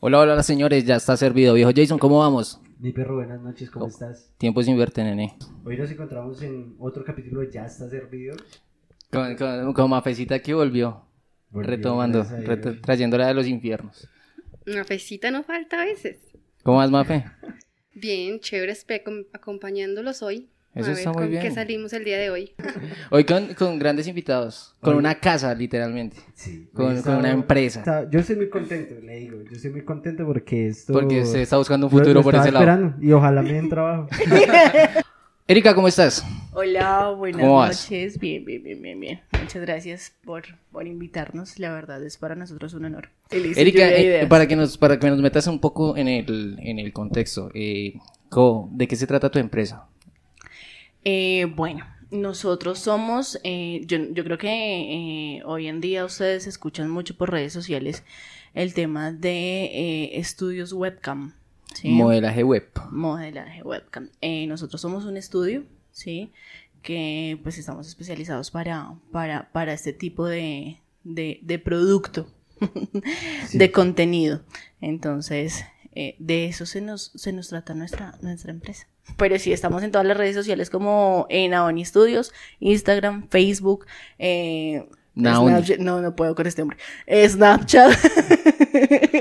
Hola, hola, señores, ya está servido. Viejo Jason, ¿cómo vamos? Mi perro, buenas noches, Oh. ¿cómo estás? Tiempo sin verte, nene. Hoy nos encontramos en otro capítulo de Ya está servido. Con, con, con Mafecita que volvió, Volvió, retomando, gracias a reto- Dios. trayéndola de los infiernos. Una pesita no falta a veces. ¿Cómo vas, Mafe? Bien, chévere, espe- com- acompañándolos hoy. Eso a ver está muy con qué bien. salimos el día de hoy. Hoy con, con grandes invitados, con Hoy- una casa, literalmente. Sí. Con- hoy con estaba- una empresa. estaba- yo estoy muy contento, le digo. Yo estoy muy contento porque esto. Porque se está buscando un lo- lo futuro por estaba ese lado. esperando Y ojalá me den trabajo. Erika, ¿cómo estás? Hola, buenas ¿Cómo vas? noches. Bien, bien, bien, bien, bien. Muchas gracias por, por invitarnos. La verdad es para nosotros un honor. Erika, eh, para, que nos, para que nos metas un poco en el, en el contexto, eh, co- ¿de qué se trata tu empresa? Eh, bueno, nosotros somos, eh, yo, yo creo que eh, hoy en día ustedes escuchan mucho por redes sociales el tema de eh, estudios webcam. ¿sí? Pues Modelaje web. modelaje webcam. Eh, nosotros somos un estudio, ¿sí? Que pues estamos especializados para, para, para este tipo de, de, de producto, de contenido. Entonces, eh, de eso se nos, se nos trata nuestra, nuestra empresa. Pero sí, estamos en todas las redes sociales como en Aoni Studios, Instagram, Facebook, eh, Naoni. Snapchat- no, no puedo con este hombre. Eh, Snapchat.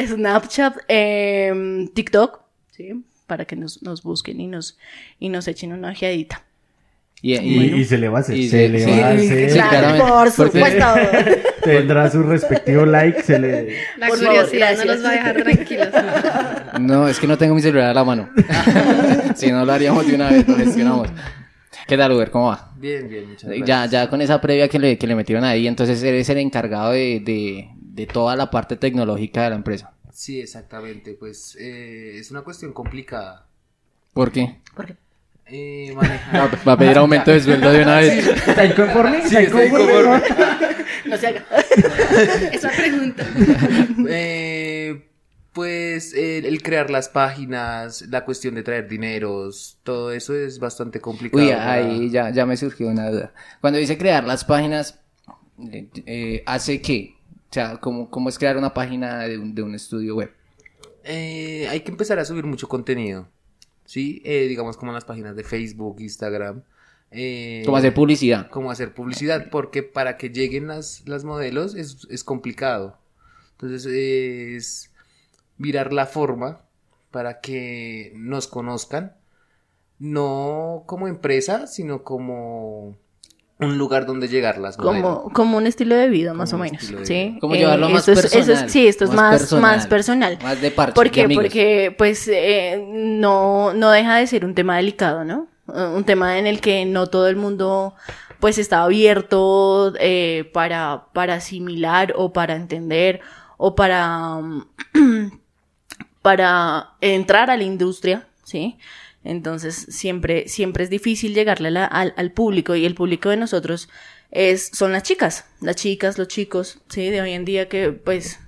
Snapchat, em, TikTok, ¿sí? Para que nos, nos busquen y nos, y nos echen una ojeadita. Y, y, y- y se le va a hacer. Y se se- le sí, va a sí, hacer. claro. por porque- supuesto. Tendrá su respectivo like. Se le. La Por favor, curiosidad no gracias. los va a dejar tranquilos. no, es que no tengo mi celular a la mano. si no lo haríamos de una vez, lo gestionamos. ¿Qué tal, Uber? ¿Cómo va? Bien, bien, muchas gracias. Ya, ya con esa previa que le, que le metieron ahí, entonces eres el encargado de, de- de toda la parte tecnológica de la empresa. Sí, exactamente. Pues eh, es una cuestión complicada. ¿Por qué? Eh, Va, manejar. va a pedir aumento de sueldo de una vez. ¿Está inconforme? Sí, ¿Está estoy inconforme? conforme. No se haga. Esa pregunta. Eh, pues el, el crear las páginas, la cuestión de traer dineros, todo eso es bastante complicado. Uy, para- ahí ya, ya me surgió una duda. Cuando dice crear las páginas, eh, eh, ¿hace qué? O sea, ¿cómo, cómo es crear una página de un, de un estudio web? Eh, hay que empezar a subir mucho contenido. Sí, Eh, digamos como en las páginas de Facebook, Instagram. Eh, ¿Cómo hacer publicidad? cómo hacer publicidad, porque para que lleguen las, las modelos es, es complicado. Entonces es mirar la forma para que nos conozcan, no como empresa, sino como un lugar donde llegar las modelos. Como, como un estilo de vida, más o Como un menos. estilo de ¿sí? vida. ¿Cómo Eh, llevarlo más esto es- eso es- personal? sí, esto es más, más personal. Más de parche, ¿Por de qué? amigos. Porque pues eh, no, no deja de ser un tema delicado, ¿no? Eh, Un tema en el que no todo el mundo pues está abierto eh, para, para asimilar o para entender o para, mm, para entrar a la industria, ¿sí? Entonces siempre, siempre es difícil llegarle a la- al, al público y el público de nosotros es, son las chicas, las chicas, los chicos, ¿sí? De hoy en día que pues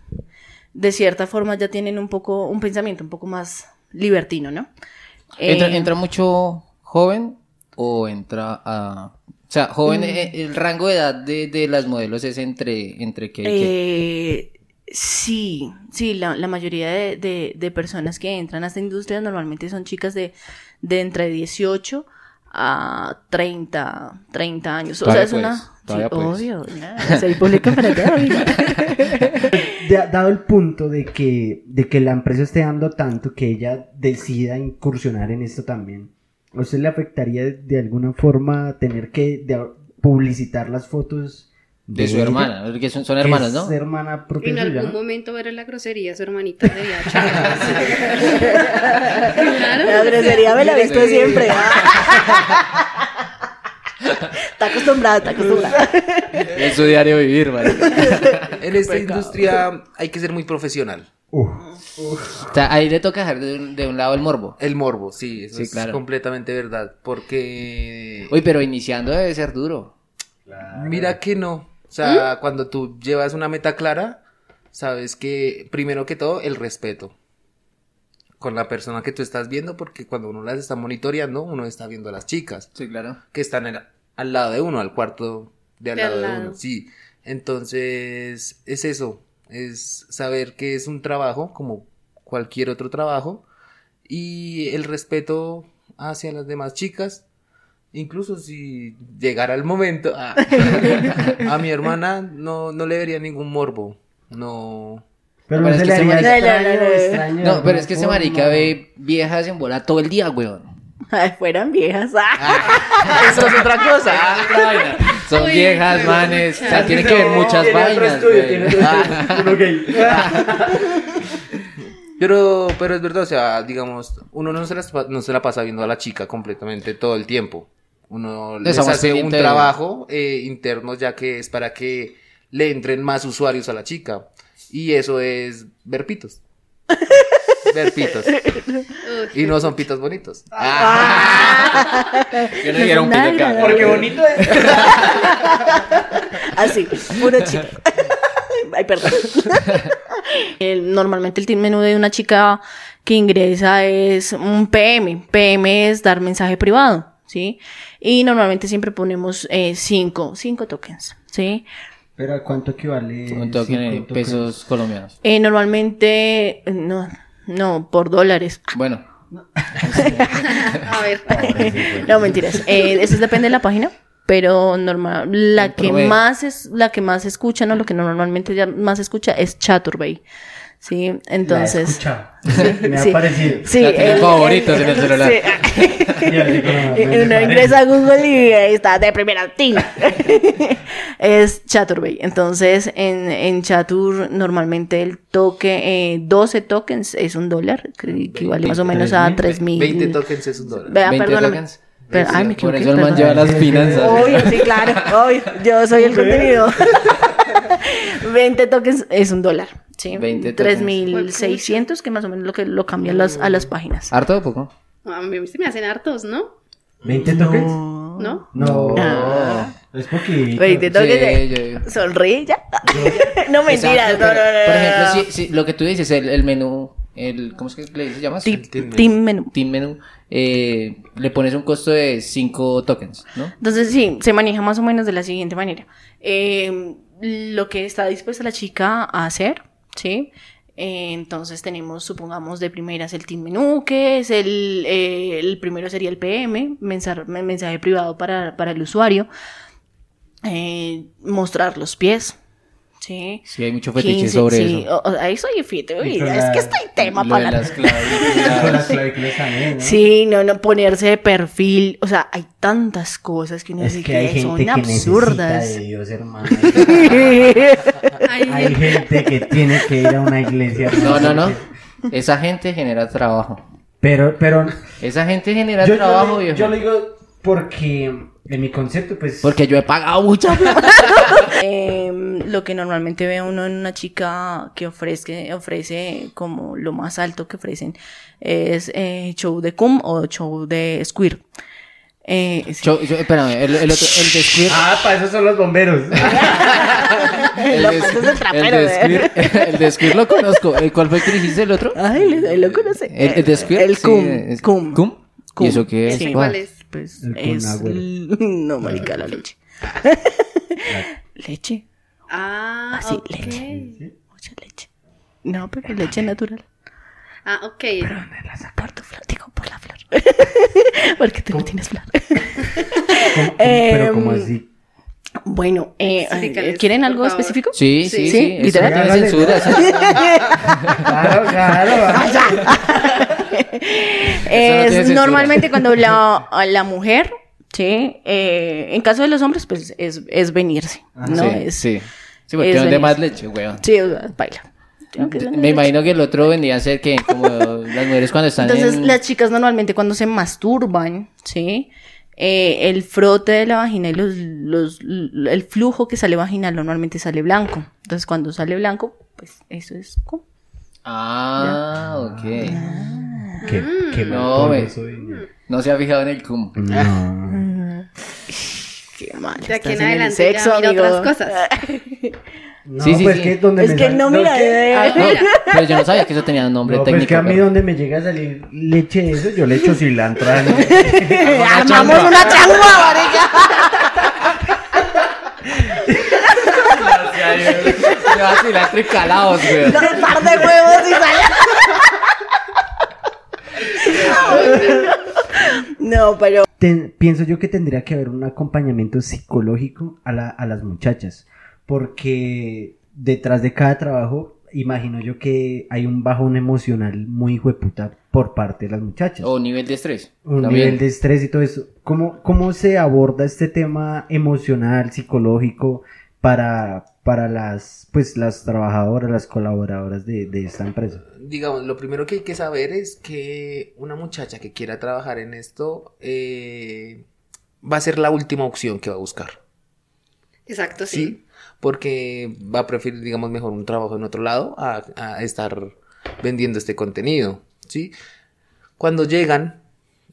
de cierta forma ya tienen un poco, un pensamiento un poco más libertino, ¿no? ¿Entra, Eh, entra mucho joven o entra a... O sea, joven, eh, el rango de edad de, de las modelos es entre, entre qué y qué. eh, sí, sí, la, la mayoría de, de- de personas que entran a esta industria normalmente son chicas de, de entre 18 a 30, 30 años. O sea, Todavía es una... puedes, todavía sí, puedes. obvio, ya, soy pública para todo. Da- dado el punto de que, de que la empresa esté dando tanto que ella decida incursionar en esto también, ¿a usted le afectaría de, de alguna forma tener que de- publicitar las fotos De su ella? hermana, porque son, son Que hermanos, es ¿no? hermana propia En suya, algún ¿no? momento era la grosería, su hermanita debía checar. Claro. La grosería me la he visto siempre. está acostumbrada, está acostumbrada. Es su diario vivir, ¿vale? En esta industria hay que ser muy profesional. Uf. O sea, ahí le toca dejar de un, de un lado el morbo. El morbo, sí, eso Sí, es claro. completamente verdad, porque Uy, pero iniciando debe ser duro. Mira que no. O sea, cuando tú llevas una meta clara, sabes que, primero que todo, el respeto. con la persona que tú estás viendo, porque cuando uno las está monitoreando, uno está viendo a las chicas Sí, claro. que están en- al lado de uno, al cuarto de al De lado, al de lado. uno. Sí, entonces es eso, es saber que es un trabajo como cualquier otro trabajo y el respeto hacia las demás chicas. Incluso si llegara el momento, ah, a, mi hermana no, no le vería ningún morbo. No. Pero No, no pero se es le que haría ese marica- extraño, No, no, no, no. extraño de No, pero alguna es que ese forma. marica ve viejas en bola todo el día, weón. Ay, fueran viejas. Ah, Eso es otra cosa. Son Uy, viejas, uy, manes. O sea, uy, tiene que ver muchas Tiene otro vainas. estudio, güey. tiene otro estudio, uno "Ah, gay. Pero, pero es verdad, o sea, digamos, uno no se, las pa- no se la pasa viendo a la chica completamente todo el tiempo. Uno les estamos hace un pendiente de- trabajo eh, interno ya que es para que le entren más usuarios a la chica. Y eso es ver pitos. ver pitos. Y no son pitos bonitos. Ah. Yo no diera un No son pito acá. nada Porque bonito es. Así, Ah, puro chico. Ay, perdón. El- normalmente el team menú de una chica que ingresa es un PM. PM es dar mensaje privado, ¿sí? Y normalmente siempre ponemos eh, cinco, cinco tokens, ¿sí? Pero ¿a cuánto equivale? Un toque en cinco pesos colombianos. Eh, normalmente, no, no, por dólares. Bueno, A ver. Pues, No, mentiras. Eh, eso depende de la página, pero normal, El la que promedio. más es, la que más escucha, ¿no? Lo que normalmente ya más escucha es Chaturbay. Sí, La he entonces. escuchado. Sí, Me ha sí. parecido. Sí, Ya tiene el- favoritos en el celular. sí. Eh, Y así como, me Uno parece. ingresa a Google y ahí está de primera tina. es Chaturbay. Entonces, en, en Chatur normalmente el toque, eh, 12 tokens es un dólar, que equivale más o menos a 3 mil. 20 tokens es un dólar. Vea, 20 perdóname. tokens. Pero- ay, me por equivoqué. eso el man perdón. lleva las Sí, sí, finanzas. Obvio, sí, claro, obvio. Yo soy el contenido. 20 tokens es un dólar. Sí. 20 tokens. 3.600, que más o menos lo que lo cambian las, a las páginas. ¿Harto o poco? A mí se me hacen hartos, ¿no? ¿20 tokens? ¿No? No. No. Es poquito. 20 Sí, tokens. eh, yo digo. Sonríe ya. no mentiras, Exacto, no, no, pero, no, no, Por no. ejemplo, si, si lo que tú dices, el, el menú, el, ¿cómo es que le se llama? Team, team team menú. Team menú, eh, le pones un costo de 5 tokens, ¿no? Entonces, sí, se maneja más o menos de la siguiente manera. Eh, lo que está dispuesta la chica a hacer, ¿sí? Eh, entonces tenemos, supongamos, de primeras el team menú, que es el, eh, el primero sería el PM, mensaje, mensaje privado para, para el usuario, Eh, mostrar los pies, ¿sí? Sí, hay mucho fetiche 15, sobre sí, eso. o- o- ahí soy fetiche, uy, Y con es la- que estoy tema Lo para de la- las clavículas. Con las clavículas también, ¿no? Sí, no, no ponerse de perfil. O sea, hay tantas cosas que uno Es dice que hay que gente son que absurdas. necesita de Dios, hermano. Ay, Hay gente que tiene que ir a una iglesia. No, no, no. Esa gente genera trabajo. Pero, pero. Esa gente genera yo- yo trabajo, lo- viejo. Yo lo digo porque en mi concepto, pues. Porque yo he pagado mucha plata. Eh, lo que normalmente ve uno en una chica que ofrece, ofrece como lo más alto que ofrecen es eh, show de cum o show de squirt. Eh, sí. Yo- yo- espérame, el, el otro, el de Squirt- Ah, para eso son los bomberos. Ah, el Lo de- pasas el trapero, el de ¿eh? Squirt- el de Squirt lo conozco. ¿El ¿Cuál fue el que dijiste el otro? Ay, lo- lo conoce. El, el de Squirt. Eh, El sí, eh, cum. es- cum. cum. Cum. ¿Y eso qué es? Sí. ¿Cuál? ¿Cuál es? Pues El cum, es. agüero. No, marica, la leche. leche. Ah, Así, ok. Sí. Mucha leche. No, pero leche natural. Ah, ok. Por tu flor, digo, por la flor. Porque tú no tienes flor. ¿Cómo- cómo- Em, pero como así. Bueno, eh, Explícales, ¿quieren por algo favor. específico? Sí, sí, sí. Sí, eso literal. no tiene censura. Eso, Claro, Ah, Ah, claro. tiene Es censura. Eh, normalmente cuando la, a la mujer, sí, eh, en caso de los hombres, pues es, es venirse. No Ah, sí, es. Sí, sí. Sí, porque es ¿dónde venirse. más leche, weón? o sea, baila. Tengo que Me imagino que el otro vendría a ser que como las mujeres cuando están Entonces, en... las chicas normalmente cuando se masturban, ¿sí? Eh, el frote de la vagina y los, los- l- el flujo que sale vaginal normalmente sale blanco. Entonces, cuando sale blanco, pues eso es como... Ah, ok. Qué, qué mal No, polvo güey. soy, ¿no? No se ha fijado en el cum. No. Qué mal. De aquí en estás el adelante ya mira otras cosas. No, Sí, sí, pues sí. que donde Es me que sal- no es mira, que- de- Ah, No, mira. pero yo no sabía que eso tenía un nombre No, pues técnico. que a mí pero- donde me llega a salir leche de eso, yo le echo cilantro. a- armamos una changua, marica. Le va a cilantro y calaos, güey. Un par de huevos y sale. No, pero Ten- pienso yo que tendría que haber un acompañamiento psicológico a, la- a las muchachas, porque detrás de cada trabajo, imagino yo que hay un bajón emocional muy hijueputa por parte de las muchachas. O nivel de estrés. un Oh, también. nivel de estrés y todo eso. ¿Cómo, cómo se aborda este tema emocional, psicológico, para, para las, pues, las trabajadoras, las colaboradoras de, de esta empresa? digamos, lo primero que hay que saber es que una muchacha que quiera trabajar en esto eh, va a ser la última opción que va a buscar. Exacto, sí. Sí, porque va a preferir, digamos, mejor un trabajo en otro lado a, a estar vendiendo este contenido, ¿sí? Cuando llegan,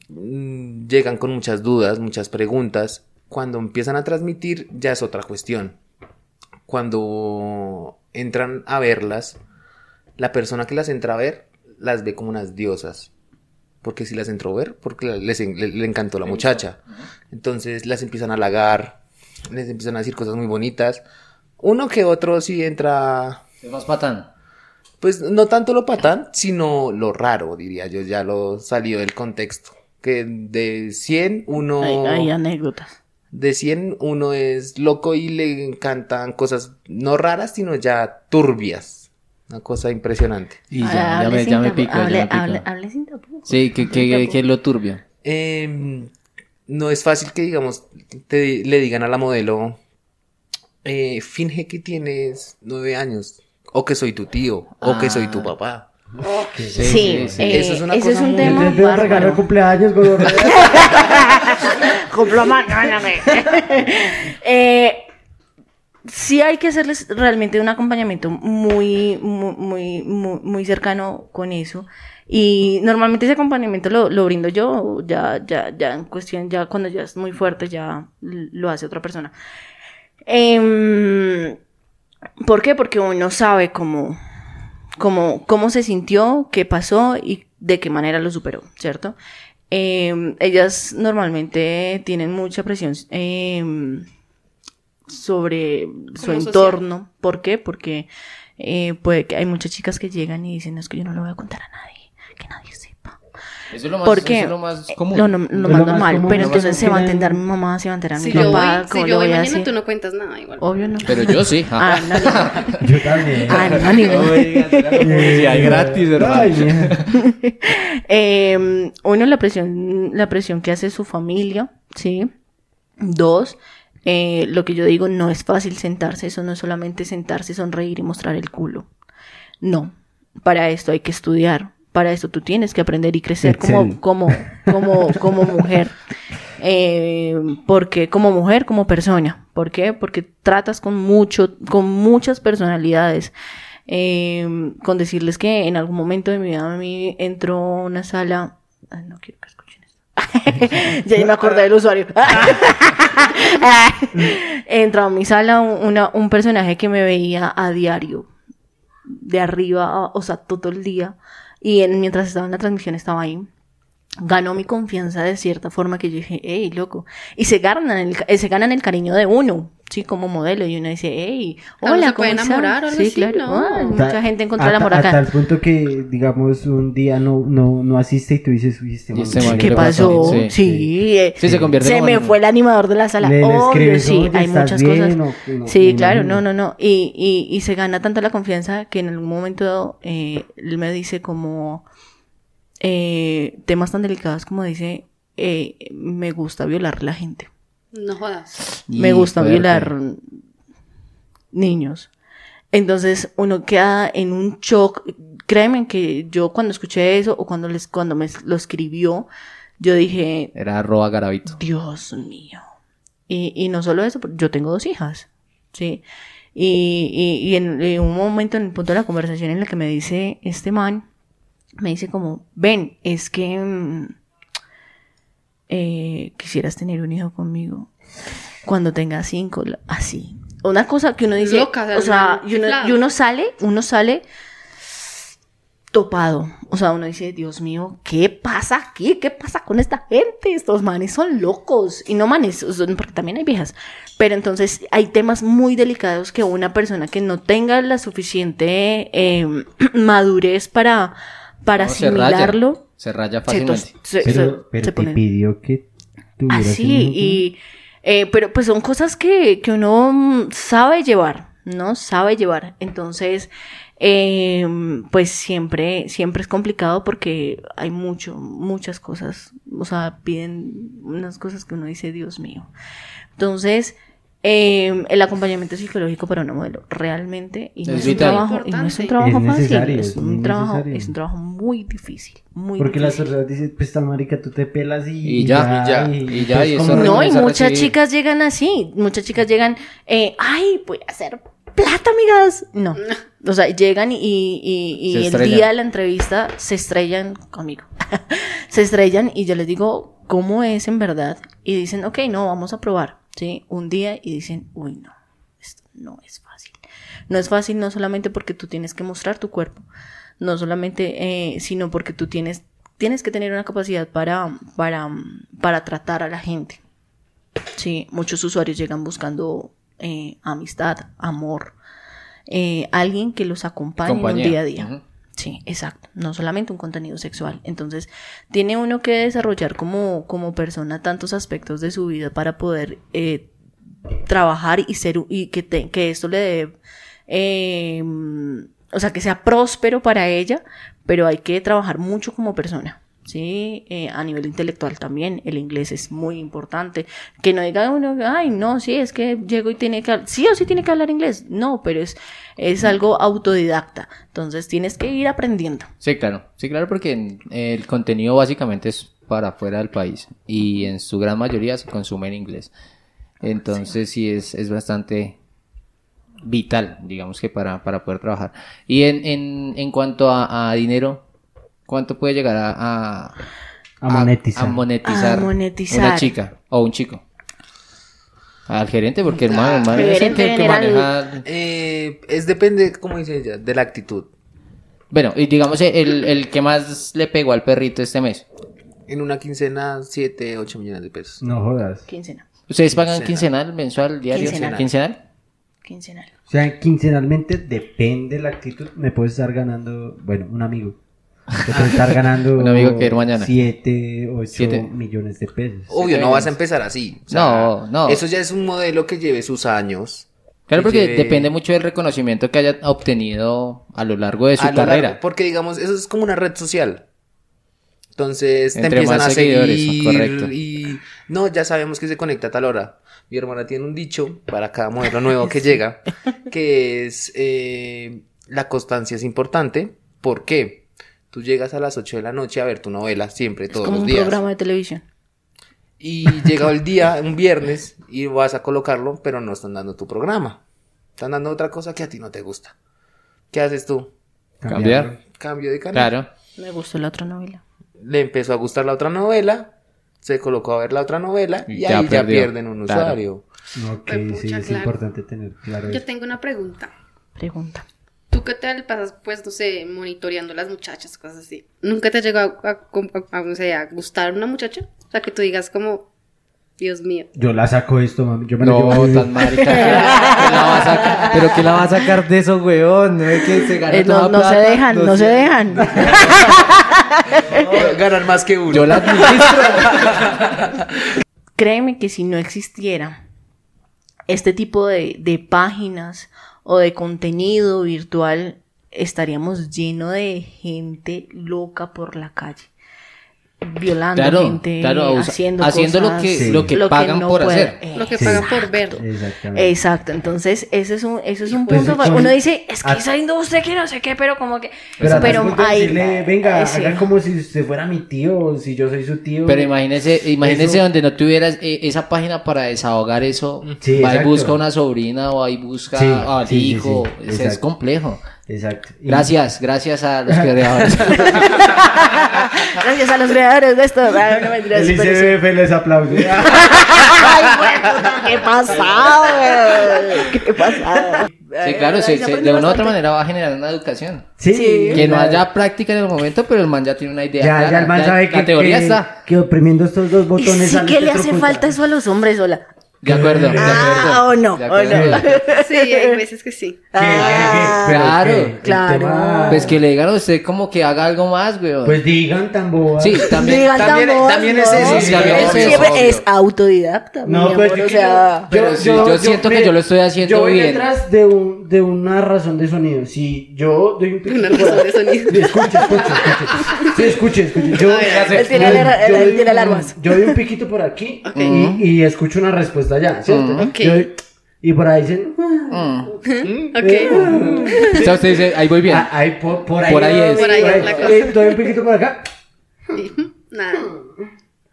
mm, llegan con muchas dudas, muchas preguntas. Cuando empiezan a transmitir, ya es otra cuestión. Cuando entran a verlas, la persona que las entra a ver, las ve como unas diosas. Porque si las entró a ver, porque la- les en- le, le encantó la muchacha. Entonces las empiezan a halagar, les empiezan a decir cosas muy bonitas. Uno que otro sí entra, Es más patán. pues no tanto lo patán, sino lo raro, diría yo, ya lo salió del contexto. Que de 100 uno... hay, hay anécdotas. De 100 uno es loco y le encantan cosas no raras, sino ya turbias. Una cosa impresionante. Y Ah, ya, ya me, ya me pico, ya me pico. sin tapujos. Sí, que, que, que es lo turbio. Em, no es fácil que, digamos, te- le digan a la modelo, eh, finge que tienes nueve años, o que soy tu tío, o que soy tu Ah. papá. Sí, eh, eso Eso es es, una cosa un muy- tema Desde un regalo de bárbaro. cumpleaños, Godorrea. Comploma- no, no, no. Eh, sí hay que hacerles realmente un acompañamiento muy, muy, muy, muy, muy cercano con eso. Y normalmente ese acompañamiento lo, lo brindo yo, ya, ya, ya en cuestión, ya cuando ya es muy fuerte, ya lo hace otra persona. Em, ¿Por qué? Porque uno sabe cómo, cómo, cómo se sintió, qué pasó y de qué manera lo superó, ¿cierto? Eh, ellas normalmente tienen mucha presión eh, sobre su social. entorno. ¿Por qué? Porque eh, puede que hay muchas chicas que llegan y dicen, no, es que yo no lo voy a contar a nadie, que nadie sepa. Eso es lo más, ¿Por qué? eso es lo más común. Lo, eh, no- Lo lo más más normal, común, pero lo más entonces se va a común. entender mi mamá, se va a enterar mi Si yo voy, papá, ¿cómo si lo yo voy voy a mañana, hacer? tú no cuentas nada igual. Obvio no. Pero yo sí. ajá. Ah, no, no. Yo también. Ah, no, ni modo. Publicidad gratis, hermano. Ay, mija. Eh, uno, la presión, la presión que hace su familia, ¿sí? Dos, eh, lo que yo digo, no es fácil sentarse, eso no es solamente sentarse, sonreír y mostrar el culo. No, para esto hay que estudiar, para esto tú tienes que aprender y crecer como, Excel. como, como, como mujer. Eh, porque como mujer, como persona. ¿Por qué? Porque tratas con mucho, con muchas personalidades. Eh, con decirles que en algún momento de mi vida a mí entró a una sala. Ay, no quiero que escuchen esto. ya ni me acordé del usuario. entró a mi sala un- una- un personaje que me veía a diario de arriba, a- o sea, todo el día. Y él, mientras estaba en la transmisión, estaba ahí. Ganó mi confianza de cierta forma que yo dije, hey, loco. Y se ganan el, ca- eh, se ganan el cariño de uno, sí, como modelo. Y uno dice, hey, Ah, ¿no hola, se puede ¿cómo estás?". enamorar o algo Sí, así? claro. No. Ah, Ta- mucha gente encontró a el amor ta- A acá. tal punto que, digamos, un día no, no, no asiste y tú dices, uy, este Y man- este man, ¿Qué le pasó? Sí. Sí, eh, Sí, se convierte se como me en- fue el animador de la sala. Le- le Obvio, escribes, sí, "Oye, hay ¿estás muchas bien?" cosas. O- no, Sí, me claro, imagino. no, no, no. Y, y, y se gana tanta la confianza que en algún momento eh, él me dice como eh, temas tan delicados como dice, eh, me gusta violar a la gente. No jodas. Me Y gusta fuerte. violar niños. Entonces uno queda en un shock. Créeme que yo cuando escuché eso o cuando, les, cuando me lo escribió, yo dije, Era arroba garabito. Dios mío. Y, y no solo eso, yo tengo dos hijas, ¿sí? Y, y- y en, en un momento, en el punto de la conversación en la que me dice este man, me dice como, ven, es que mm, eh, quisieras tener un hijo conmigo cuando tenga cinco, la- así. una cosa que uno dice, Loca, o sea, o sea, uno y uno, chiflado. y uno sale, uno sale topado. O sea, uno dice, Dios mío, ¿qué pasa aquí? ¿Qué pasa con esta gente? Estos manes son locos. Y no manes, o sea, porque también hay viejas. Pero entonces hay temas muy delicados que una persona que no tenga la suficiente eh, madurez para, para No, se raya. asimilarlo, Se raya se, fácilmente. tos- se- Pero, se- pero te se pone- pidió que tuvieras Así, un- y. eh, pero pues son cosas que, que uno mm, sabe llevar, ¿no? Sabe llevar. Entonces, eh, pues siempre, siempre es complicado porque hay mucho, muchas cosas. O sea, piden unas cosas que uno dice, Dios mío. Entonces, eh, el acompañamiento psicológico para una modelo realmente y no Es es, un vital. trabajo, y no es un Importante. trabajo Es fácil, necesario, es es un muy trabajo, necesario. es un trabajo muy difícil, muy Porque las difícil. personas dicen, pues tan marica, tú te pelas y, pues, Y ya, y ya, y ya, y es eso como- No, y Regresa a muchas recibir. chicas llegan así. Muchas chicas llegan, eh, ay, voy a hacer plata, amigas. No. O sea, llegan y, y- y Se el estrellan. día de la entrevista se estrellan conmigo. se estrellan y yo les digo cómo es en verdad. Y dicen, ok, no, vamos a probar. ¿Sí? Un día y dicen, uy, no, esto no es fácil. No es fácil no solamente porque tú tienes que mostrar tu cuerpo, no solamente, eh, sino porque tú tienes, tienes que tener una capacidad para, para, para tratar a la gente. Sí, muchos usuarios llegan buscando eh, amistad, amor, eh, alguien que los acompañe Compañía. en un día a día. Ujú. Sí, exacto. No solamente un contenido sexual. Entonces, tiene uno que desarrollar como, como persona tantos aspectos de su vida para poder eh, trabajar y ser y que, te- que esto le dé eh, o sea que sea próspero para ella pero hay que trabajar mucho como persona sí Eh, a nivel intelectual también el inglés es muy importante que no diga uno ay no sí es que llego y tiene que hab- sí o sí tiene que hablar inglés no pero es es algo autodidacta entonces tienes que ir aprendiendo Sí, claro. Sí, claro, porque en- el contenido básicamente es para fuera del país y en su gran mayoría se consume en inglés. Entonces, sí, es, es bastante vital, digamos que para, para poder trabajar. Y en, en, en cuanto a, a dinero, ¿cuánto puede llegar a, a, A monetizar. a monetizar A monetizar. una chica o un chico? Al gerente, porque hermano, hermano, es el gerente que, que general. maneja Eh, es depende, como dice ella, de la actitud. Bueno, y digamos el, el que más le pegó al perrito este mes. En una quincena, 7, 8 millones de pesos. No jodas. quincena ¿Ustedes pagan quincenal, mensual, diario? Quincenal. ¿Quincenal? quincenal O sea, quincenalmente depende la actitud. Me puedes estar ganando, bueno, un amigo. Te puede estar ganando Un amigo que ir mañana. 7, 8 Siete. Oh, millones de pesos. Obvio, no vas a empezar así. No, no. Eso ya es un modelo que lleve sus años. Claro, que porque lleve- depende mucho del reconocimiento que haya obtenido a lo largo de su a lo carrera. largo, pues, porque digamos, eso es como una red social. Entonces te Entre empiezan más a seguidores, seguir correcto. y no, ya sabemos que se conecta a tal hora. Mi hermana tiene un dicho para cada modelo nuevo que llega, que es eh, la constancia es importante. ¿Por qué? Tú llegas a las 8 de la noche a ver tu novela siempre, es todos como los un días. programa de televisión Y llega el día, un viernes, y vas a colocarlo, pero no están dando tu programa. Están dando otra cosa que a ti no te gusta. ¿Qué haces tú? Cambiar. Cambio de canal. Claro. me gustó la otra novela le empezó a gustar la otra novela, se colocó a ver la otra novela y, Y ya ahí ya perdió, pierden un claro. usuario. Ok, Ay, sí, pucha, es Pues, claro. importante tener claro Yo eso. tengo una pregunta. pregunta ¿Tú qué tal pasas, pues, no sé, monitoreando las muchachas, cosas así? ¿Nunca te ha llegado a, a- a- no sé, a gustar una muchacha? O sea, que tú digas como, Dios mío. Yo la saco esto, mami. Yo me lo No, llevo. tan marica. que la va a sacar- Pero que la va a sacar de esos weón. No es que se gana Eh, no, toda no se plata, dejan no se dejan Ganan más que uno. Yo la administro. créeme que si no existiera este tipo de, de páginas o de contenido virtual, estaríamos lleno de gente loca por la calle. Violando Claro, gente, claro, usa- haciendo, haciendo lo cosas, que- lo que pagan por hacer. Lo que Sí. pagan por ver. Exactamente. eh, Exacto, entonces ese es un, ese es un Pues, punto. entonces, fa- uno dice, es que a- esa industria que no sé qué, pero como que. Pero, Pero, atrás punto de ahí. decirle, venga, eh, sí. haga como si usted fuera mi tío, o si yo soy su tío. Pero imagínese, imagínese Eso- donde no tuvieras eh, esa página para desahogar eso. Sí, va y exacto. busca una sobrina o ahí busca Sí, al sí, sí, hijo. sí, Es- es exacto. complejo. Exacto. Y- Gracias, gracias a los creadores. Gracias Gracias a los creadores de esto. Ah, no, mentiras, El pero sí. ICBF les aplaude. Ay, puta, qué pasado. Qué pasado. Sí, claro, se- se- de una u otra manera va a generar una educación. Sí, Sí. Que no la- haya práctica en el momento, pero el man ya tiene una idea. Ya, clara, ya el man sabe que, La teoría que, está. que oprimiendo estos dos Y botones. sí sale que le este otro hace punto. falta eso a los hombres, hola. De acuerdo. de Ah, acuerdo, o no, de o acuerdo. no. Sí, hay veces que sí. ¿Qué? Ah, ¿Qué? ¿Pero claro, qué? El claro. tema- Pues que le digan a usted como que haga algo más, weón. Pues digan tan boba. sí, también. digan también- tambor, también es ¿no? eso, sí, también es Él eso, siempre obvio. es autodidacta, mi No, pues amor, yo quiero- o sea... Pero sí, yo siento que yo lo estoy haciendo yo voy bien. detrás de, un, de una razón de sonido. Si yo doy un Una razón de sonido. Escuche, escuche, escuche. Sí, escuche, escuche. Yo, Él tiene yo- alar- yo él doy tiene un- alarmas. Yo doy un piquito por aquí Ok. y, y escucho una respuesta allá, ¿cierto? Ujú. Ok. Yo doy- y por ahí dicen. ah, Mm. Ok. O sea, usted dice, ahí voy bien. ah, ahí, por, por ahí. Por ahí es. Por ahí es la cosa. Eh, doy un piquito por acá. Sí. Nada.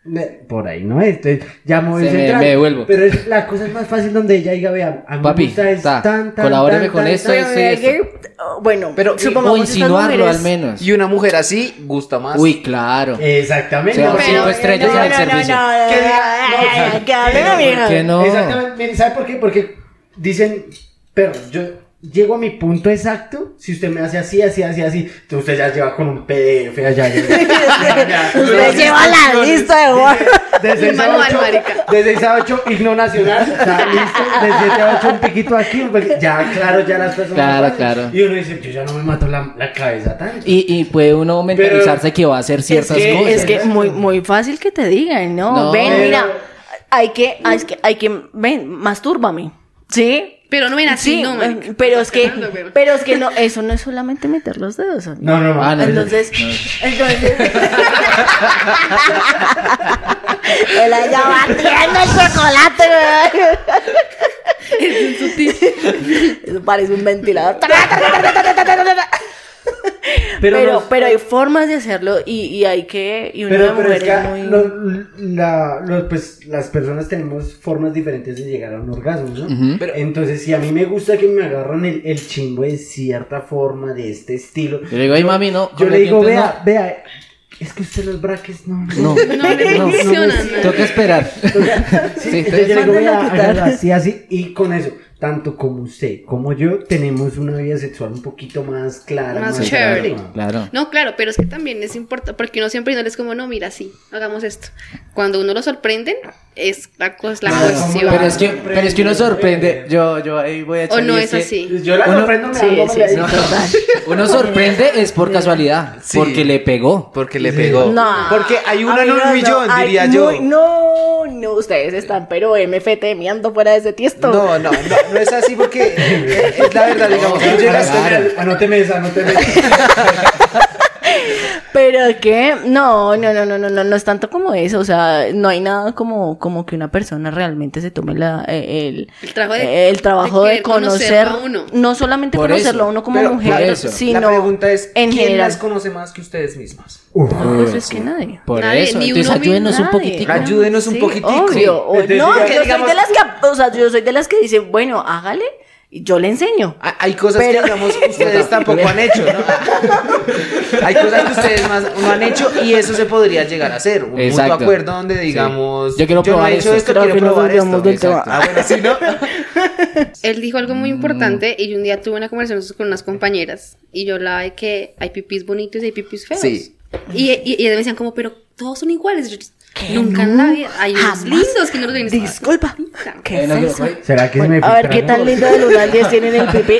Ne- Por ahí no es. Entonces, ya me voy Se me- central. me devuelvo. Pero es, la cosa es más fácil donde ella diga, vea, a mí Papi, me gusta es ta, tan, tan, colabóreme tan, con tan, esto, esto y Oye, esto. que- oh, Bueno, Pero- supongamos O que estas insinuarlo mujeres- al menos. Y una mujer así gusta más. Uy, claro. Eh, Exactamente. O sea, no, cinco pero- estrellas no, en el no, servicio. No, no, no, ¿Qué no, diga? no, No, no, no, que hablen, no, amiga. Que no. Exactamente. Miren, ¿sabe por qué? Porque dicen, pero yo llego a mi punto exacto si usted me hace así, así, así, así. Entonces, Usted ya lleva con un PDF allá. ya- ya- ya- Usted lleva la lista de Word. De 6 a manual, 8, marica. de 6 a 8, himno nacional, o sea, listo, de 7 a 8 un piquito aquí, un poqu- ya, claro, ya las personas. Claro, pasan. claro. Y uno dice, yo ya no me mato la, la cabeza tanto. Y, y puede uno mentalizarse que va a hacer ciertas que- cosas. Es que muy, muy fácil que te digan, ¿no? No. Ven, Pero- mira, hay que, hay que, hay que, ven, mastúrbame, ¿sí? Pero no ven así, sí, eh, no, marica. pero es que, Fernando, pero- pero es que no, eso no es solamente meter los dedos, amigo. No, no, no. Ah, no. Entonces, entonces. Él allá batiendo el chocolate, Es un sutil. Parece un ventilador. Pero, pero, los- hay formas de hacerlo y, y hay que. Y una Pero, pero mujer es que es muy. lo- la- los, pues, las personas tenemos formas diferentes de llegar a un orgasmo, ¿no? Ujú. Pero- Entonces, si a mí me gusta que me agarran el, el chimbo de cierta forma, de este estilo, Yo le digo, ay, mami, no. yo con le los digo, dientes vea, vea, es que usted los braques no. No, no, No me no, funcionan. no. Toca esperar. Sí, Sí, entonces yo le digo, Mándenlo "Vea, a quitar". hágalo así, así, y con eso, tanto como usted como yo, tenemos una vida sexual un poquito más clara. Más chévere. calma. Claro. No, claro, pero es que también es importante, porque uno siempre no les como, no, mira, sí, hagamos esto. Cuando uno lo sorprenden, es la, cosa, la Ah, cuestión. como Pero es que, pero es que uno sorprende. Yo, yo ahí voy a O echar no y es que- así. Pues Yo la Uno- comprendo, me sí, hago sí, la- sí. No, uno sorprende es por casualidad, Sí. porque le pegó. Porque le pegó. No. Porque hay uno en Amigos, un no, millón, hay diría muy- yo. No, no, ustedes están, pero MFT miando fuera de ese tiesto. No, no, no, no es así porque eh, es la verdad, digamos, tú llegas Anóteme- Anóteme esa, anóteme esa. Pero que, no, no, no, no, no, no, no es tanto como eso, o sea, no hay nada como, como que una persona realmente se tome la, eh, el, El trabajo de- el trabajo de de, querer conocer, conocerlo a uno. no solamente Por conocerlo eso, a uno como pero por mujer, eso. sino La pregunta es, en ¿quién general. las conoce más que ustedes mismas? Uf. No, eso es que nadie. Por Nadie, eso. ni Entonces uno mismo, ayúdenos un Nadie. poquitico. Ay, Ayúdenos un Sí, poquitico. obvio, o- Entonces, no, digamos- yo soy de las que, o sea, yo soy de las que dicen, bueno, hágale, y yo le enseño. Ah, Hay cosas Pero- que, digamos, ustedes tampoco han hecho, ¿no? Hay cosas que ustedes más no han hecho y eso se podría llegar a hacer. Un Exacto. mutuo acuerdo donde, digamos, Yo quiero no probar he hecho esto. esto, Creo que quiero nos probar esto. desviamos del tema. Exacto. Ah, bueno, sí, ¿no? Él dijo algo Mm. muy importante y yo un día tuve una conversación con unas compañeras y yo hablaba de que hay pipis bonitos y hay pipis feos. Sí. Y, y, y ellas me decían como, pero todos son iguales. Yo, nunca en la vida. Hay unos Jamás. lindos que no los ven. Disculpa. ¿Qué es Eh, no, yo- eso? ¿Será que me Bueno, a ver qué tan filtraron? lindo del 1 al 10 tienen el pipí.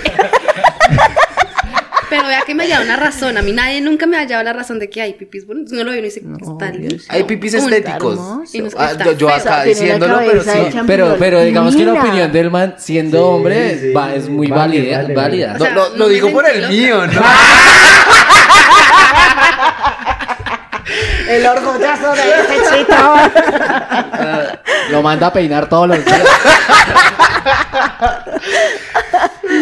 Pero vea que me ha dado una razón. A mí nadie nunca me ha dado la razón de que hay pipis bonitos. No lo veo y uno dice, está obvio, lindo. Hay pipis Uy, estéticos. Y nos Ah, cuesta yo, yo feo. acá Tiene una diciéndolo, pero cabeza sí. hecha Pero, pero digamos que la Mira. opinión del man, siendo Sí, hombre, sí, va- es muy vale, válida. vale, válida. vale. No, O sea, lo, no lo me digo por el sentí mío, ¿no? El orgulloso de ese chico. ah, Lo manda a peinar todos los días.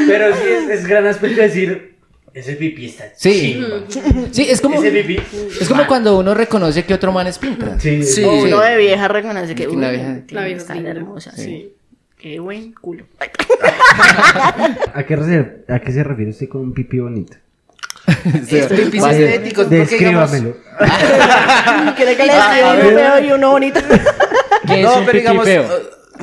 Pero sí, es, es gran aspecto decir, ese pipí está Sí. chimba. Sí, es como, Ese pipí. es como cuando uno reconoce que otro man es pinta. Sí, Sí. O Sí. uno de vieja reconoce que Una uy, vieja. tiene La que vieja estar es linda. hermosa. Sí. Qué buen culo. ¿A qué, reser- ¿A qué se refiere usted con un pipí bonito? Estos Vale. estéticos, porque digamos- Descríbamelo. ¿Quiere que le Ah, escriba a uno ver. feo y uno bonito? ¿Qué es No, un pero digamos, pipifeo?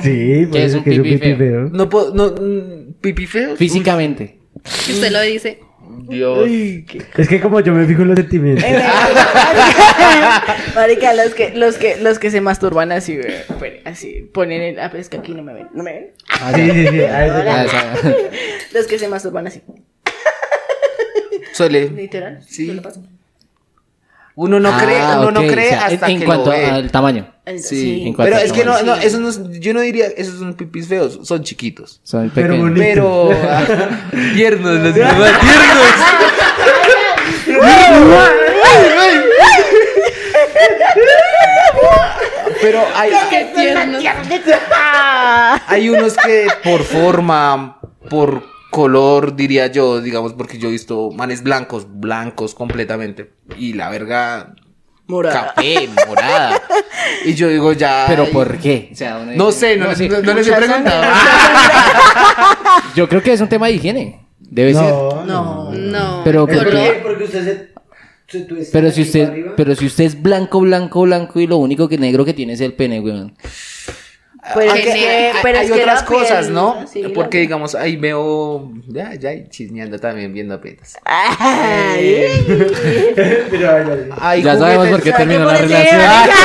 eh, Sí, por es eso un que es un pipí pipí feo? feo. no puedo, no, mm, pipifeo. Físicamente. Si usted lo dice, Dios. Es que como yo me fijo en los sentimientos. Eh, Marica, los que, los que, los que se masturban así, ve, pone- así, ponen el, ah, pero es que aquí no me ven, no me ven. Sí, sí, sí. a veces- Ah, esa- Los que se masturban así, Suele. literal. Sí. yo lo paso. Uno no Ah, cree, uno no ok, cree o sea, en- hasta en que cuanto lo ve. al tamaño. Sí, en cuanto pero al es que no, tamaño. no, esos no, es- yo no diría, esos son pipis feos, son chiquitos. Son Pero pequeños. bonito. Pero ah, tiernos, los demás tiernos. Pero hay, hay unos que por forma, por color, diría yo, digamos, porque yo he visto manes blancos, blancos completamente. Y la verga Morada. café, morada. Y yo digo ya. ¿Pero por qué? O sea, uno Eh, No dice, sé, no, sé. no- no les he Mucha preguntado. Yo creo que es un tema de higiene. Debe ser. No, No. no. Pero que- color. Porque usted se... se tuesta Pero si aquí para usted, arriba. pero si usted es blanco, blanco, blanco y lo único que negro que tiene es el pene, weón. Pero Pues es Ah, Aunque que- eh, hay- pero hay es que otras la piel, cosas, ¿no? ¿no? Sí, la Porque piel. digamos, ahí veo. Ya, ya, chismeando también, viendo apenas. Pero, ay, ay, ay. Hay ya sabemos por juguetes- qué ¿Sabe terminó la qué parecía? relación.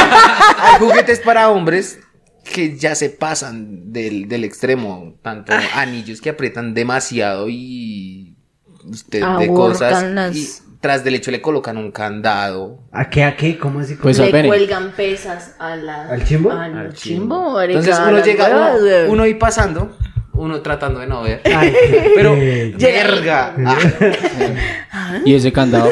Hay juguetes para hombres que ya se pasan del, del extremo. Tanto Ah. anillos que aprietan demasiado y. Usted de Ahorcan cosas. las- Y tras del hecho le colocan un candado. ¿A qué, a qué? ¿Cómo así? Pues Le al pene. cuelgan pesas a la, ¿Al chimbo? Al al chimbo, marica, Entonces a uno las llega, huevas, uno, weón. uno ahí pasando, uno tratando de no ver. Ay, qué- Pero, eh, verga. Ah, Ah, Y ese candado.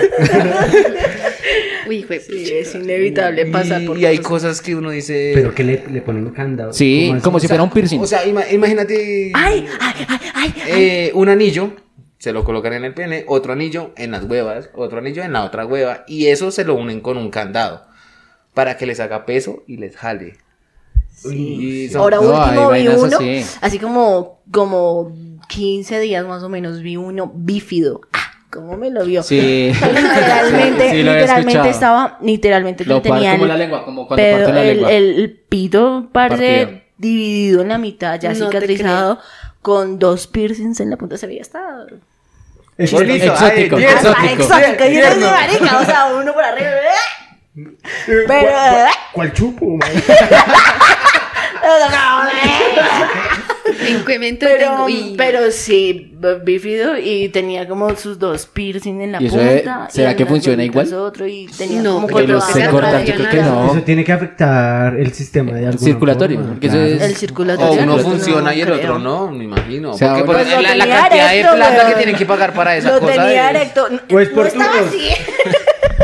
Uy, hijo de Sí, pucha. es inevitable pasar por y, y hay cosas. cosas que uno dice. Pero que le, le ponen candado. Sí, ¿Cómo así? como si fuera un piercing. O sea, ima- imagínate Ay, ay, ay, ay. eh, un anillo, se lo colocan en el pene, otro anillo en las huevas, otro anillo en la otra hueva, y eso se lo unen con un candado para que les haga peso y les jale. Y son- Ahora No, último hay vi vainas uno, así. así. como, como 15 días más o menos vi uno bífido. Ah, ¿cómo me lo vio? Sí. Literalmente, Sí, lo he escuchado. literalmente estaba, literalmente Lo par- tenía como el- la lengua, como cuando pero parte la el, lengua. el, el pito Partido. parce dividido en la mitad, ya No te cicatrizado, con dos piercings en la punta, se veía hasta... Bonito, Exótico, ay, bien. exótico. Ah, exótico, yo no tierno. soy marica, o sea, uno por arriba, ¡eh! Eh, Pero- ¿cuál- ¿Cuál chupo? man? Incremento eh. pero, tengo. y- pero sí, b- bífido y tenía como sus dos piercing en la ¿Y eso punta. es- y será en que las funciona gomitas igual? Otro, y tenía No, como que cuatro los se bandas cortan, para yo creo que llenar. No. Eso tiene que afectar el sistema de alguna Circulatorio, forma, porque eso claro. es- El circulatorio. O uno No, funciona y el creo. otro no, me imagino. O sea, Porque ahora- pues, Pues lo la, la tenía cantidad de erecto, plata que weón. tienen que pagar para esa Lo cosa. tenía es- erecto. No, Pues por no estaba turnos. así.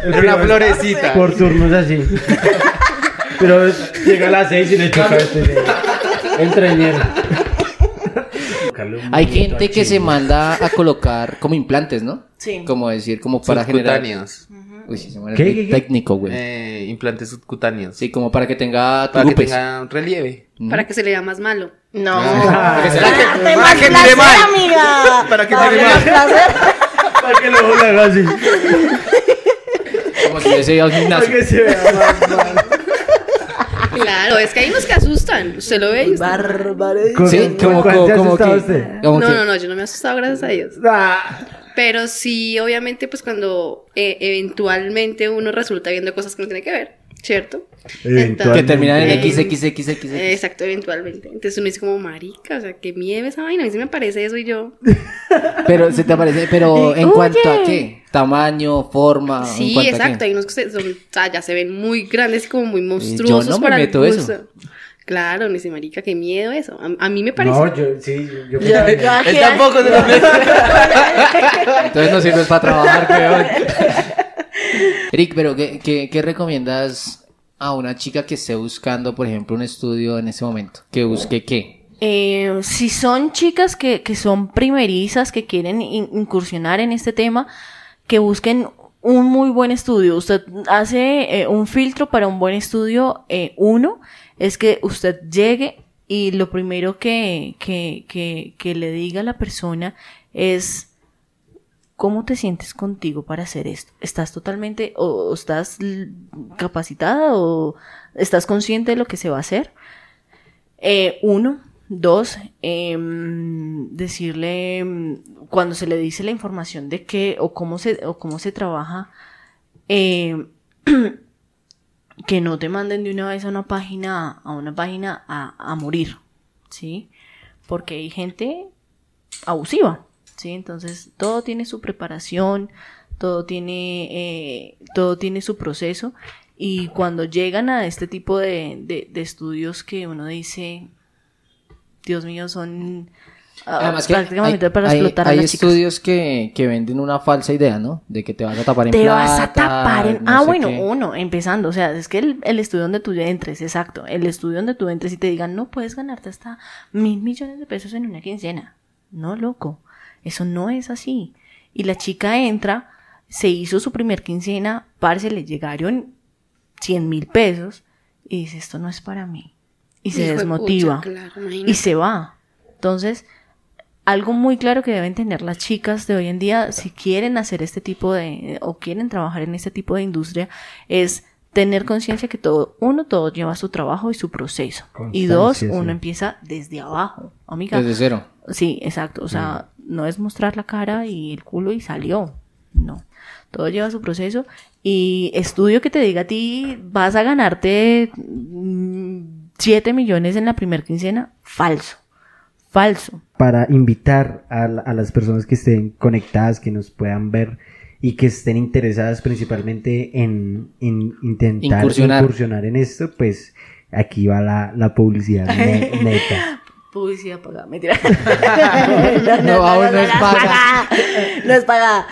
El Era frío una es- florecita. Por turnos así. Pero es- llega a las seis y le choca este. Entreñero. Hay gente que se manda a colocar como implantes, ¿no? Sí. Como decir, como para generar. Subcutáneos. Uy, sí, se me ¿Qué, qué, qué? técnico, güey. Eh, implantes subcutáneos. Sí, como para que tenga Para que tupes. tengan relieve. Para que se le vea más malo. No. Para que se Para vea que- darte para más que mire placer, mal. amiga. Para que darte mire más mal. placer. Para que luego le haga así. Como si hubiese ido al Para gimnasio. que se vea más mal. Claro, es que hay unos que asustan. Usted lo ve y Pues usted- Bárbaro. Con- Sí, como, ¿cuál como, se este- ha como que. asustado usted? como No, que- no, no, yo no me he asustado, gracias a Dios. Ah, Pero sí, obviamente, pues cuando eh, eventualmente uno resulta viendo cosas que no tiene que ver, ¿cierto? Que Eventualmente. terminan en Eh, XXXXX. Eh, Exacto, eventualmente. Entonces uno dice como, marica, o sea, que miedo esa vaina. A mí sí me parece eso y yo... Pero se te aparece, pero Y, en cuanto a oye. qué? Tamaño, forma, Ah, en sí, cuanto a exacto. qué? Hay unos que se- son, o sea, ya se ven muy grandes y como muy monstruosos me para el meto eso. gusto. Claro, uno dice, marica, qué miedo eso. A, a mí me parece... No, yo, sí, yo. Yo- yo Él aquí- tampoco se lo Entonces no sirves para trabajar, peor. Rick, pero ¿qué, qué, qué recomiendas a una chica que esté buscando, por ejemplo, un estudio en ese momento? ¿Que busque qué? Eh, si son chicas que, que son primerizas, que quieren in- incursionar en este tema, que busquen un muy buen estudio. Usted hace eh, un filtro para un buen estudio. eh, uno es que usted llegue y lo primero que, que, que, que le diga a la persona es ¿Cómo te sientes contigo para hacer esto? ¿Estás totalmente o, o estás l- capacitada o estás consciente de lo que se va a hacer? Eh, uno, dos, em, decirle em, cuando se le dice la información de qué o cómo se, o cómo se trabaja, em, que no te manden de una vez a una página, a una página a, a morir, ¿sí? Porque hay gente abusiva, ¿sí? Entonces, todo tiene su preparación, todo tiene, eh, todo tiene su proceso, y cuando llegan a este tipo de, de- de estudios que uno dice, Dios mío, son ah, Además que prácticamente hay, para hay- explotar a hay las chicas. estudios que, que venden una falsa idea, ¿no? De que te vas a tapar en Te vas a plata, tapar en... no ah, sé bueno, qué. uno, empezando. O sea, es que el, el estudio donde tú entres, exacto. El estudio donde tú entres y te digan, no puedes ganarte hasta mil millones de pesos en una quincena. No, loco. Eso no es así. Y la chica entra, se hizo su primer quincena, parce, le llegaron 100 mil pesos y dice, esto no es para mí. Y se Hijo de desmotiva. pucha, claro, y imagínate. se va. Entonces, algo muy claro que deben tener las chicas de hoy en día, si quieren hacer este tipo de, o quieren trabajar en este tipo de industria, es tener conciencia que todo, uno, todo lleva su trabajo y su proceso. Y dos, Constancia, sí. uno empieza desde abajo. Amiga, Desde cero. Sí, exacto. O sea, no es mostrar la cara y el culo y salió. No. Todo lleva su proceso. Y estudio que te diga a ti, vas a ganarte 7 millones en la primera quincena, falso. Falso. para invitar a, la- a las personas que estén conectadas, que nos puedan ver y que estén interesadas principalmente en, en intentar Incursionar. incursionar. en esto, pues aquí va la, la publicidad ne- neta. Publicidad pagada, mentira. No, aún no es pagada. No es pagada.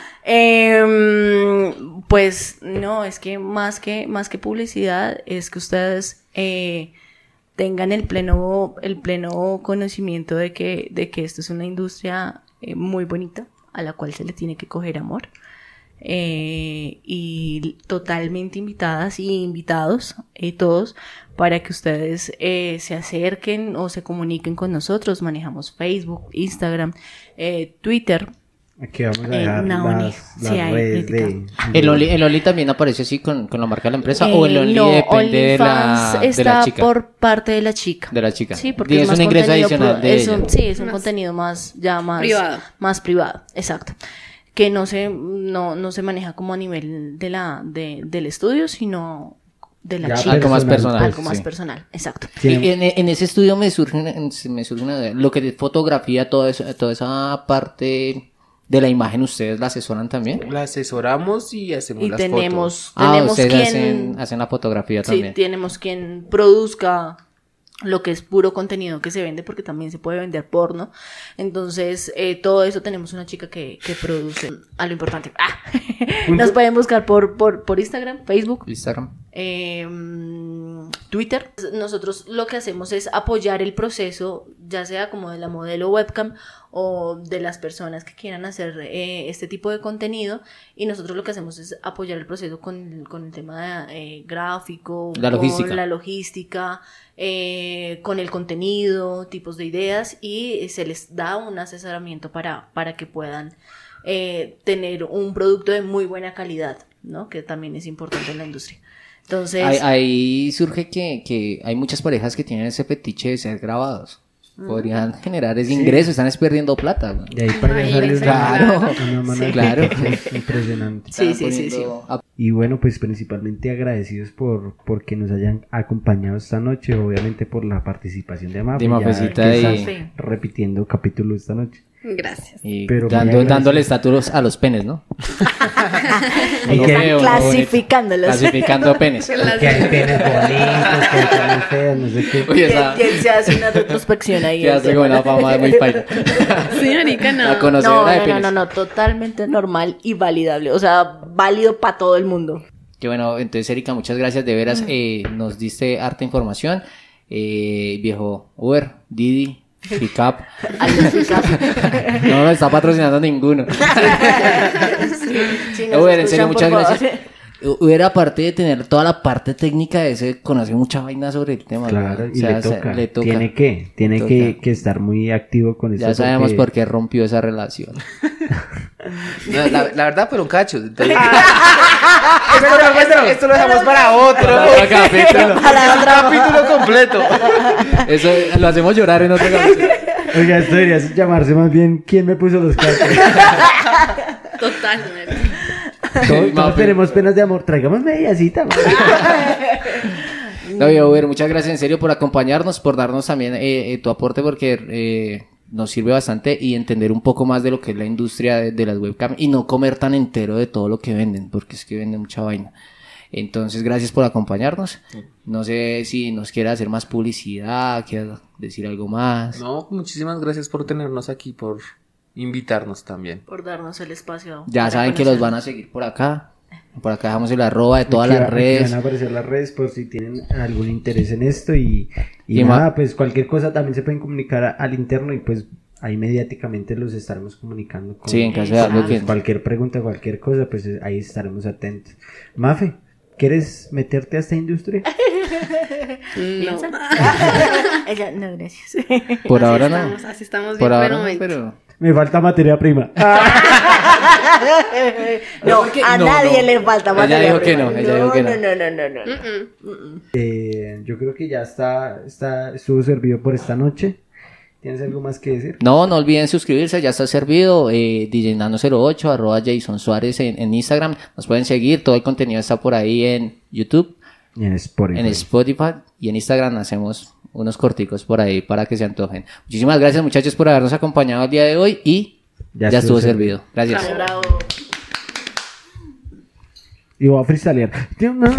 Em, pues no, es que más que, más que publicidad, es que ustedes eh, tengan el pleno, el pleno conocimiento de que, de que esto es una industria eh, muy bonita, a la cual se le tiene que coger amor. Eh, y totalmente invitadas y invitados eh, todos para que ustedes eh, se acerquen o se comuniquen con nosotros. Manejamos Facebook, Instagram, eh, Twitter. Aquí vamos a Eh, dejar Naoni, las, sí, las ahí, redes de, platicamos. de- El Only, el Only también aparece así con, con la marca de la empresa o el Eh, Only no, depende de la, OnlyFans de está la chica. por parte de la chica. De la chica. Sí, Y porque es más un ingreso contenido adicional pro- de es un- ella. sí, es un Más contenido más, ya más privado. Más privado, exacto. Que no se, no, no se maneja como a nivel de la, de, del estudio, sino de la Ya, chica. Algo más personal. Algo más sí. personal, exacto. Y Tienen- en, en ese estudio me surge, una- me surge una duda. Lo que es fotografía, toda esa, toda esa parte de la imagen, ¿ustedes la asesoran también? La asesoramos y hacemos Y las fotos. tenemos, Ah, tenemos ustedes quien, hacen, hacen la fotografía sí, también. tenemos quien produzca lo que es puro contenido que se vende, porque también se puede vender porno. Entonces, eh, todo eso tenemos una chica que, que produce a lo importante. ¡Ah! Nos pueden buscar por, por, por Instagram, Facebook, Instagram. eh, mm, Twitter. Nosotros lo que hacemos es apoyar el proceso, ya sea como de la modelo webcam o de las personas que quieran hacer eh, este tipo de contenido. Y nosotros lo que hacemos es apoyar el proceso con, con el tema eh, gráfico, La logística. con la logística, eh, con el contenido, tipos de ideas y eh, se les da un asesoramiento para, para que puedan eh, tener un producto de muy buena calidad, ¿no? Que también es importante en la industria. Entonces, Ahí, ahí surge que, que hay muchas parejas que tienen ese fetiche de ser grabados. Mm. Podrían generar ese ingreso, están es perdiendo plata. güey. de ahí para Imagínate, dejarles claro. una, una mano Sí. de Claro. cosas impresionante. sí, sí, Están sí, sí. poniendo a- Y bueno, pues principalmente agradecidos por porque nos hayan acompañado esta noche, obviamente por la participación de Amafe, De ya Amafecita que y- está repitiendo capítulo esta noche. Gracias. y Pero muy dando, agradecido. dándole estatutos a los penes, ¿no? Y Uno que- feo, uno bonito. Clasificándolos. Clasificando penes. Que hay penes bonitos, que hay penes feos, no sé qué. Oye, esa- Y él se hace una retrospección ahí. Ya se con la fama de muy paila. Sí, marica, no. La No, no, conocedora de no, no, penes. no, totalmente normal y validable. O sea, válido para todo el mundo. Que bueno, entonces Erika, muchas gracias de Mm. veras. eh, nos diste harta información. Eh, viejo Uber, Didi, Pickup. A los chicas. No nos está patrocinando ninguno. Si nos Uber, en serio, muchas escuchan, por favor. gracias. Uber, aparte de tener toda la parte técnica de ese, conoce mucha vaina sobre el tema. Claro, ¿verdad? O y sea, le, o sea, toca. le toca. Tiene que, tiene Toca. que, que estar muy activo con esto. Ya sabemos porque por qué rompió esa relación. No, la, la verdad, pero un cacho. Entonces, Cuéntalo, cuéntalo. esto lo dejamos para otro. Otro capítulo. Para Un capítulo completo. Eso eh, lo hacemos llorar en otro capítulo. Oiga, esto debería llamarse más bien ¿Quién me puso los cachos? Total, marica. Todos, todos Mafe. tenemos penas de amor. Traigamos mediacita. man. No, yo, Uber, muchas gracias en serio por acompañarnos, por darnos también eh, eh, tu aporte, porque eh, nos sirve bastante y entender un poco más de lo que es la industria de, de las webcams y no comer tan entero de todo lo que venden, porque es que venden mucha vaina. Entonces, gracias por acompañarnos. No sé si nos quiere hacer más publicidad, quiere decir algo más. No, muchísimas gracias por tenernos aquí, por invitarnos también. Por darnos el espacio. Ya para saben que los van a seguir por acá. Por acá dejamos el arroba de todas Aquí las va- aquí redes. Van a aparecer las redes por si tienen algún interés en esto y, y Y ma- nada, pues cualquier cosa también se pueden comunicar a- al interno y pues ahí mediáticamente los estaremos comunicando con Sí, en caso de algo que... pues, cualquier pregunta, cualquier cosa, pues eh, ahí estaremos atentos. Mafe, ¿quieres meterte a esta industria? No. conocer. Ella, no, gracias. Por Así ahora no. estamos, Así estamos bien Por por el ahora no, momento. pero... Me falta materia prima. Ah. no, a no, nadie no. le falta Ella materia dijo que prima. no, ella dijo que no. No, no, no, no, no. Mm-mm. Eh, yo creo que ya está, está, estuvo servido por esta noche. ¿Tienes algo más que decir? No, no olviden suscribirse, ya está servido. Eh, DJ Nano 08 arroba Jason Suárez en, en Instagram. Nos pueden seguir, todo el contenido está por ahí en YouTube, Y en Spotify. en Spotify y en Instagram hacemos unos corticos por ahí para que se antojen. Muchísimas gracias muchachos por habernos acompañado el día de hoy y ya, estuvo servido. Gracias. Bravo. Bravo. Y voy a freestylear. Yo no-